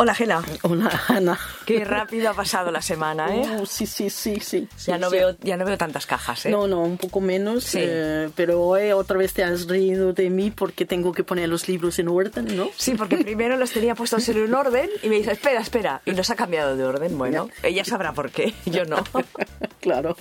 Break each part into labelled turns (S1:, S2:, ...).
S1: Hola, Gela.
S2: Hola, Ana.
S1: Qué rápido ha pasado la semana, ¿eh?
S2: Oh, sí, sí, sí, sí.
S1: ya,
S2: sí,
S1: no
S2: sí.
S1: Veo, ya no veo tantas cajas, ¿eh?
S2: No, no, un poco menos,
S1: Sí.
S2: eh, pero hoy otra vez te has reído de mí porque tengo que poner los libros en orden, ¿no?
S1: Sí, porque primero los tenía puestos en un orden y me dice, espera, espera. Y los ha cambiado de orden. Bueno, ella sabrá por qué, yo no.
S2: claro.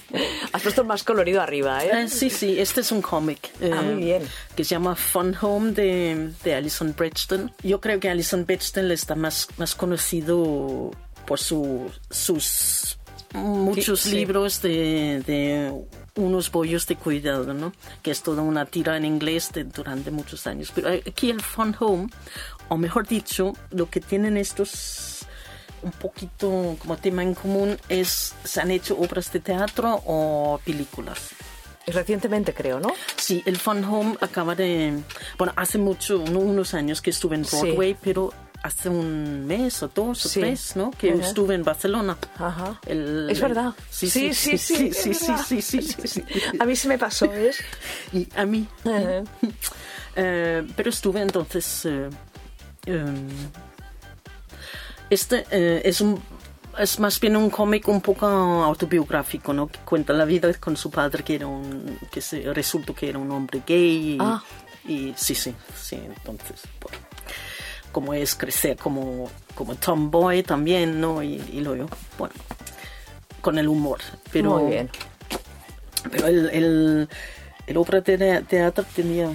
S1: Has puesto el más colorido arriba, ¿eh?
S2: Eh, sí, sí, este es un cómic. eh,
S1: Ah, muy bien.
S2: Que se llama Fun Home de, de Alison Bridgeton. Yo creo que Alison Bridgeton le está más, más conocido por su, sus muchos
S1: Sí, sí.
S2: libros de, de unos bollos de cuidado, ¿no? Que es toda una tira en inglés de- durante muchos años. Pero eh, aquí el Fun Home, o mejor dicho, lo que tienen estos un poquito como tema en común es se han hecho obras de teatro o películas.
S1: Recientemente, creo, ¿no?
S2: Sí, el Fun Home acaba de... Bueno, hace mucho, no, unos años que estuve en
S1: Sí.
S2: Broadway, pero hace un mes o dos o
S1: Sí.
S2: tres, ¿no? Que
S1: Ajá.
S2: estuve en Barcelona.
S1: Ajá.
S2: El-
S1: es verdad.
S2: Sí, sí, sí, sí, sí,
S1: es
S2: sí,
S1: verdad.
S2: sí, sí, sí, sí.
S1: A mí se me pasó, ¿ves?
S2: Y a mí.
S1: Ajá.
S2: Eh, pero estuve entonces... eh, em, este eh, es un... Es más bien un cómic un poco autobiográfico, ¿no? Que cuenta la vida con su padre, que era un... que se, resultó que era un hombre gay. y-
S1: Ah.
S2: y sí, sí, sí, entonces, bueno, como es crecer como, como tomboy también, ¿no? Y, y luego, bueno, con el humor. Pero,
S1: Muy bien.
S2: Pero el, el, el obra de teatro tenía,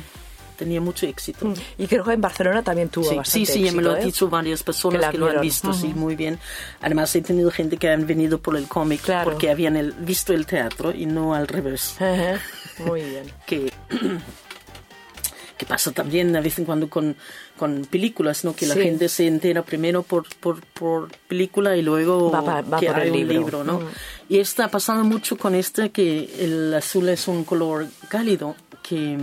S2: tenía mucho éxito.
S1: Y creo que en Barcelona también tuvo
S2: Sí, sí,
S1: Mm, bastante
S2: sí, ya me
S1: éxito,
S2: lo han
S1: ¿eh?
S2: dicho varias personas
S1: Que
S2: que,
S1: la
S2: lo han
S1: vieron.
S2: visto, sí, muy bien. Además, he tenido gente que han venido por el cómic
S1: Claro.
S2: porque habían el- visto el teatro y no al revés.
S1: Ajá. Muy bien.
S2: que, que pasa también de vez en cuando con, con películas, ¿no? Que la
S1: Sí.
S2: gente se entera primero por, por, por película y luego
S1: Va pa- va
S2: que
S1: por el
S2: hay un
S1: libro.
S2: ¿no?
S1: Mm.
S2: Y está pasando mucho con este que el azul es un color cálido, que,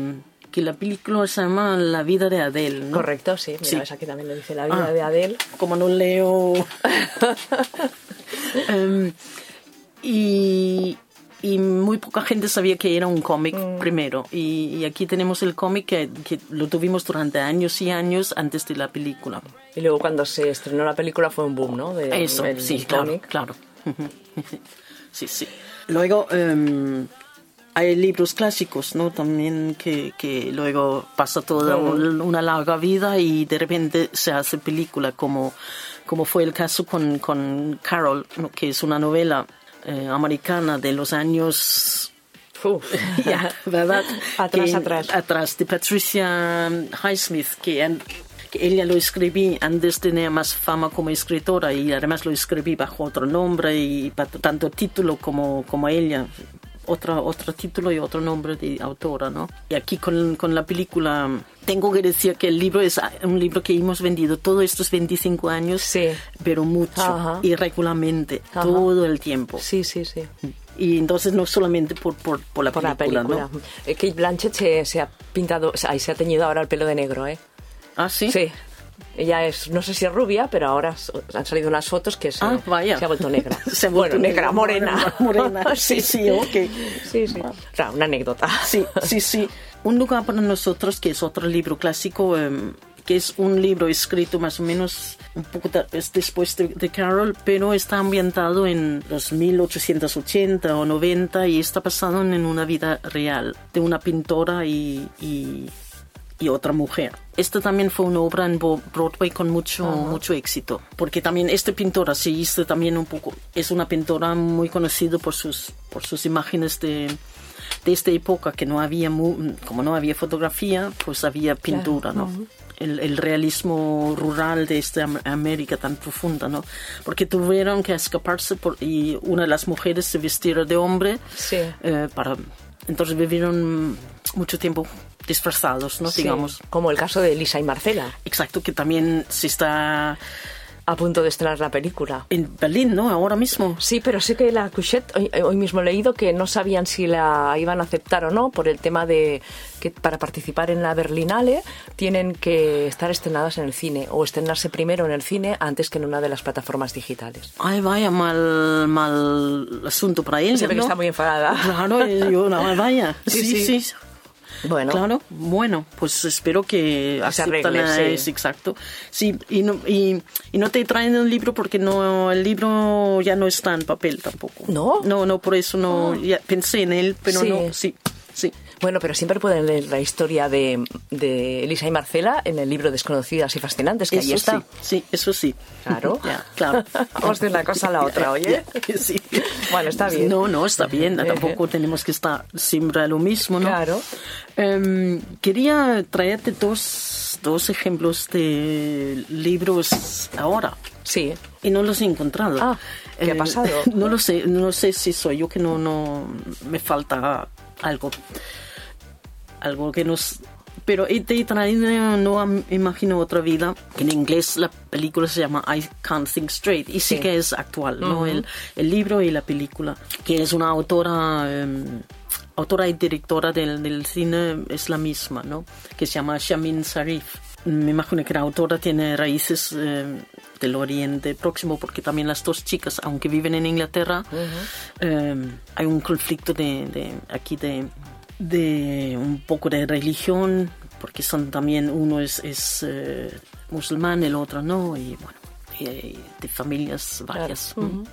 S2: que la película se llama La vida de Adele, ¿no?
S1: Correcto, sí. Mira,
S2: Sí.
S1: ves, aquí también lo dice la vida
S2: Ah.
S1: de Adele.
S2: Como no leo... Em, y, y muy poca gente sabía que era un cómic primero. Y, y aquí tenemos el cómic que, que lo tuvimos durante años y años antes de la película.
S1: Y luego cuando se estrenó la película fue un boom, ¿no? De-
S2: Eso,
S1: el-
S2: sí,
S1: el
S2: claro,
S1: cómic.
S2: claro. sí, sí. Luego em, hay libros clásicos, ¿no? También que, que luego pasa toda un- una larga vida y de repente se hace película, como, como fue el caso con, con Carol, ¿no? que es una novela eh, americana de los años
S1: Uf.
S2: ya, ¿verdad?
S1: Atrás,
S2: Que-
S1: atrás.
S2: Atrás de Patricia Highsmith, que, en- que ella lo escribí antes tenía más fama como escritora y además lo escribí bajo otro nombre y pa- tanto título como, como ella. Otro, otro título y otro nombre de autora, ¿no? Y aquí con, con la película, tengo que decir que el libro es un libro que hemos vendido todos estos 25 años,
S1: Sí.
S2: pero mucho,
S1: Ajá.
S2: y regularmente,
S1: Ajá.
S2: todo el tiempo.
S1: Sí, sí, sí.
S2: Y entonces no solamente por, por, por la
S1: Por la
S2: película,
S1: película.
S2: ¿no?
S1: Eh, Kate Blanchett se, se ha pintado, o sea, y se ha teñido ahora el pelo de negro, ¿eh?
S2: Ah, sí.
S1: Sí. Ella es, no sé si es rubia, pero ahora s- han salido unas fotos que se,
S2: Ah, vaya.
S1: se ha vuelto negra.
S2: Se ha vuelto
S1: Bueno, negra,
S2: negra,
S1: morena.
S2: morena, morena. Sí, sí, ok. Ah.
S1: Sí, sí. O sea, una anécdota.
S2: Sí, sí, sí. Un lugar para nosotros, que es otro libro clásico, em, que es un libro escrito más o menos un poco ta- es después de, de Carol, pero está ambientado en los 1880 o 90 y está basado en una vida real de una pintora y- y y otra mujer. Esta también fue una obra en Bo- Broadway con mucho, mucho éxito, porque también esta pintora se hizo también un poco, es una pintora muy conocida por sus, por sus imágenes de, de esta época, que no había, mu- como no había fotografía, pues había pintura, ¿no? El, el realismo rural de esta Am- América tan profunda, ¿no? Porque tuvieron que escaparse por- y una de las mujeres se vestieron de hombre
S1: Sí.
S2: eh, para entonces vivieron mucho tiempo disfrazados, ¿no?
S1: Sí.
S2: Digamos.
S1: Como el caso de Lisa y Marcela,
S2: Exacto, que también se está
S1: a punto de estrenar la película.
S2: en Berlín, ¿no? Ahora mismo.
S1: Sí, pero sé que la Cuchet, hoy, hoy mismo he leído que no sabían si la iban a aceptar o no por el tema de que para participar en la Berlinale tienen que estar estrenadas en el cine o estrenarse primero en el cine antes que en una de las plataformas digitales.
S2: Ay, vaya, mal, mal asunto para él.
S1: Se ve que
S2: ¿no?
S1: está muy enfadada.
S2: Claro, eh, yo, no, vaya.
S1: Sí,
S2: Sí,
S1: sí.
S2: sí.
S1: Bueno.
S2: Claro, bueno, pues espero que
S1: Que se
S2: aceptan
S1: arregle,
S2: a
S1: sí.
S2: ese, exacto. Sí, y no, y, y no te traen el libro porque no el libro ya no está en papel tampoco.
S1: ¿No? Ah.
S2: No, no, por eso no, ya pensé en él, pero
S1: Sí.
S2: no, sí, sí.
S1: Bueno, pero siempre pueden leer la historia de, de Elisa y Marcela en el libro Desconocidas y Fascinantes, que ahí
S2: eso
S1: está.
S2: sí, sí, eso sí.
S1: Claro.
S2: Ya, claro.
S1: Vamos de una cosa a la otra, oye.
S2: Ya, sí.
S1: Bueno, está bien. Eh,
S2: No, no, está bien. Tampoco tenemos que estar siempre a lo mismo, ¿no?
S1: Claro.
S2: Em, quería traerte dos, dos ejemplos de libros ahora.
S1: Sí.
S2: Y no los he encontrado. Eh,
S1: Ah, ¿qué ha pasado?
S2: No lo sé, no sé si soy yo que no, no me falta algo. Algo que nos... Pero he te he traído, no am- imagino otra vida. que En inglés la película se llama I Can't Think Straight y sí,
S1: Sí.
S2: que es actual, ¿no? el, el libro y la película. Que es una autora, em, autora y directora del, del cine, es la misma, ¿no? Que se llama Shamin Sarif. Me imagino que la autora tiene raíces em, del Oriente Próximo porque también las dos chicas, aunque viven en Inglaterra, em, hay un conflicto de, de- aquí de, de un poco de religión porque son también uno es, es, eh, musulmán, el otro no y bueno y de familias varias. ¿no?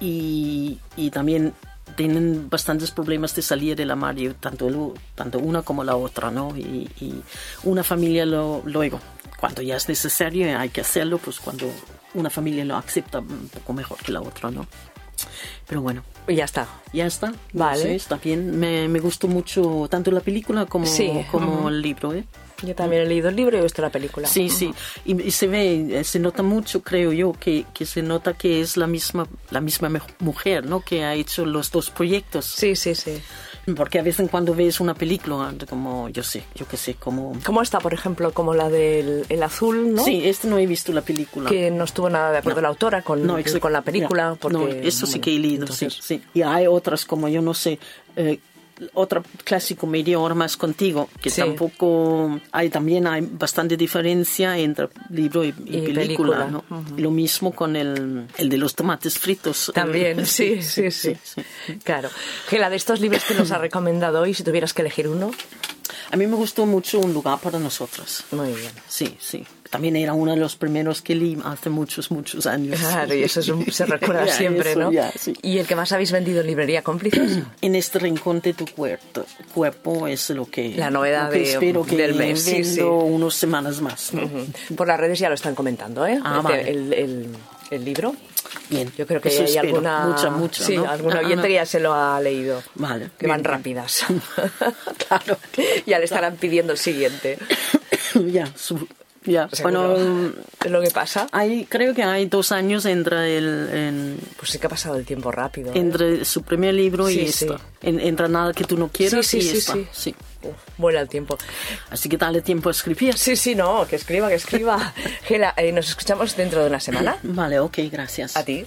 S2: y, y también tienen bastantes problemas de salir de la mar, y tanto, lo- tanto una como la otra, ¿no? Y, y una familia lo, luego, cuando ya es necesario y hay que hacerlo, pues cuando una familia lo acepta un poco mejor que la otra, ¿no? Pero bueno,
S1: Y ya está.
S2: ya está. No
S1: Vale.
S2: sé, está bien. Me, me gustó mucho tanto la película como,
S1: Sí,
S2: como el libro, ¿eh?
S1: Yo también he leído el libro y he visto la película.
S2: Sí, sí. Y, y se ve, eh, se nota mucho, creo yo, que, que se nota que es la misma, la misma me- mujer, ¿no? Que ha hecho los dos proyectos.
S1: Sí, sí, sí.
S2: Porque a veces cuando ves una película, de como, yo sé, yo qué sé, como...
S1: Como esta, por ejemplo, como la del el azul, ¿no?
S2: Sí, este no he visto la película.
S1: Que no estuvo nada de acuerdo la autora con,
S2: No, exacto.
S1: con la película.
S2: No,
S1: porque,
S2: no, eso sí
S1: bueno,
S2: que he leído, sí,
S1: entonces-
S2: sí. Y hay otras como, yo no sé, eh, otro clásico Media Hora Más Contigo, que
S1: Sí.
S2: tampoco hay, también hay bastante diferencia entre libro y, y película,
S1: película,
S2: ¿no? Lo mismo con el, el de los tomates fritos. Eh,
S1: También, sí, sí, sí. Claro. Gela, de estos libros que nos ha recomendado hoy, si tuvieras que elegir uno,
S2: A mí me gustó mucho Un Lugar para Nosotras.
S1: muy bien.
S2: Sí, sí. También era uno de los primeros que leí hace muchos, muchos años.
S1: Claro, y eso es un- se recuerda
S2: Ya,
S1: siempre,
S2: eso,
S1: ¿no?
S2: ya, sí.
S1: Y el que más habéis vendido en librería cómplices.
S2: En este rincón de tu cuerpo, cuerpo es lo que...
S1: La novedad
S2: lo que
S1: de-
S2: espero que
S1: del mes, sí,
S2: vendo unas semanas más. ¿no?
S1: Por las redes ya lo están comentando, ¿eh? Este,
S2: Ah, vale.
S1: el, el- el libro.
S2: Bien,
S1: Yo creo que
S2: eso
S1: hay
S2: espero.
S1: alguna.
S2: Mucha, mucha,
S1: Sí,
S2: ¿no?
S1: algún
S2: Ah,
S1: oyente
S2: no.
S1: que ya se lo ha leído.
S2: Vale,
S1: Que
S2: bien,
S1: van
S2: bien.
S1: rápidas.
S2: Claro.
S1: ya le estarán pidiendo el siguiente.
S2: ya, su- ya.
S1: Seguro.
S2: Bueno, mm,
S1: Es lo que pasa.
S2: hay, creo que hay dos años entre el... en-
S1: Pues sí que ha pasado el tiempo rápido. ¿eh?
S2: entre su primer libro y
S1: Sí, sí.
S2: esta. En- entre nada que tú no quieras
S1: Sí, sí,
S2: y
S1: sí,
S2: esta.
S1: sí.
S2: Sí.
S1: Uf, vuela el tiempo.
S2: Así que dale tiempo a escribir.
S1: Sí, sí, no, que escriba, que escriba. Gela, eh, nos escuchamos dentro de una semana.
S2: Vale, ok, gracias.
S1: A ti.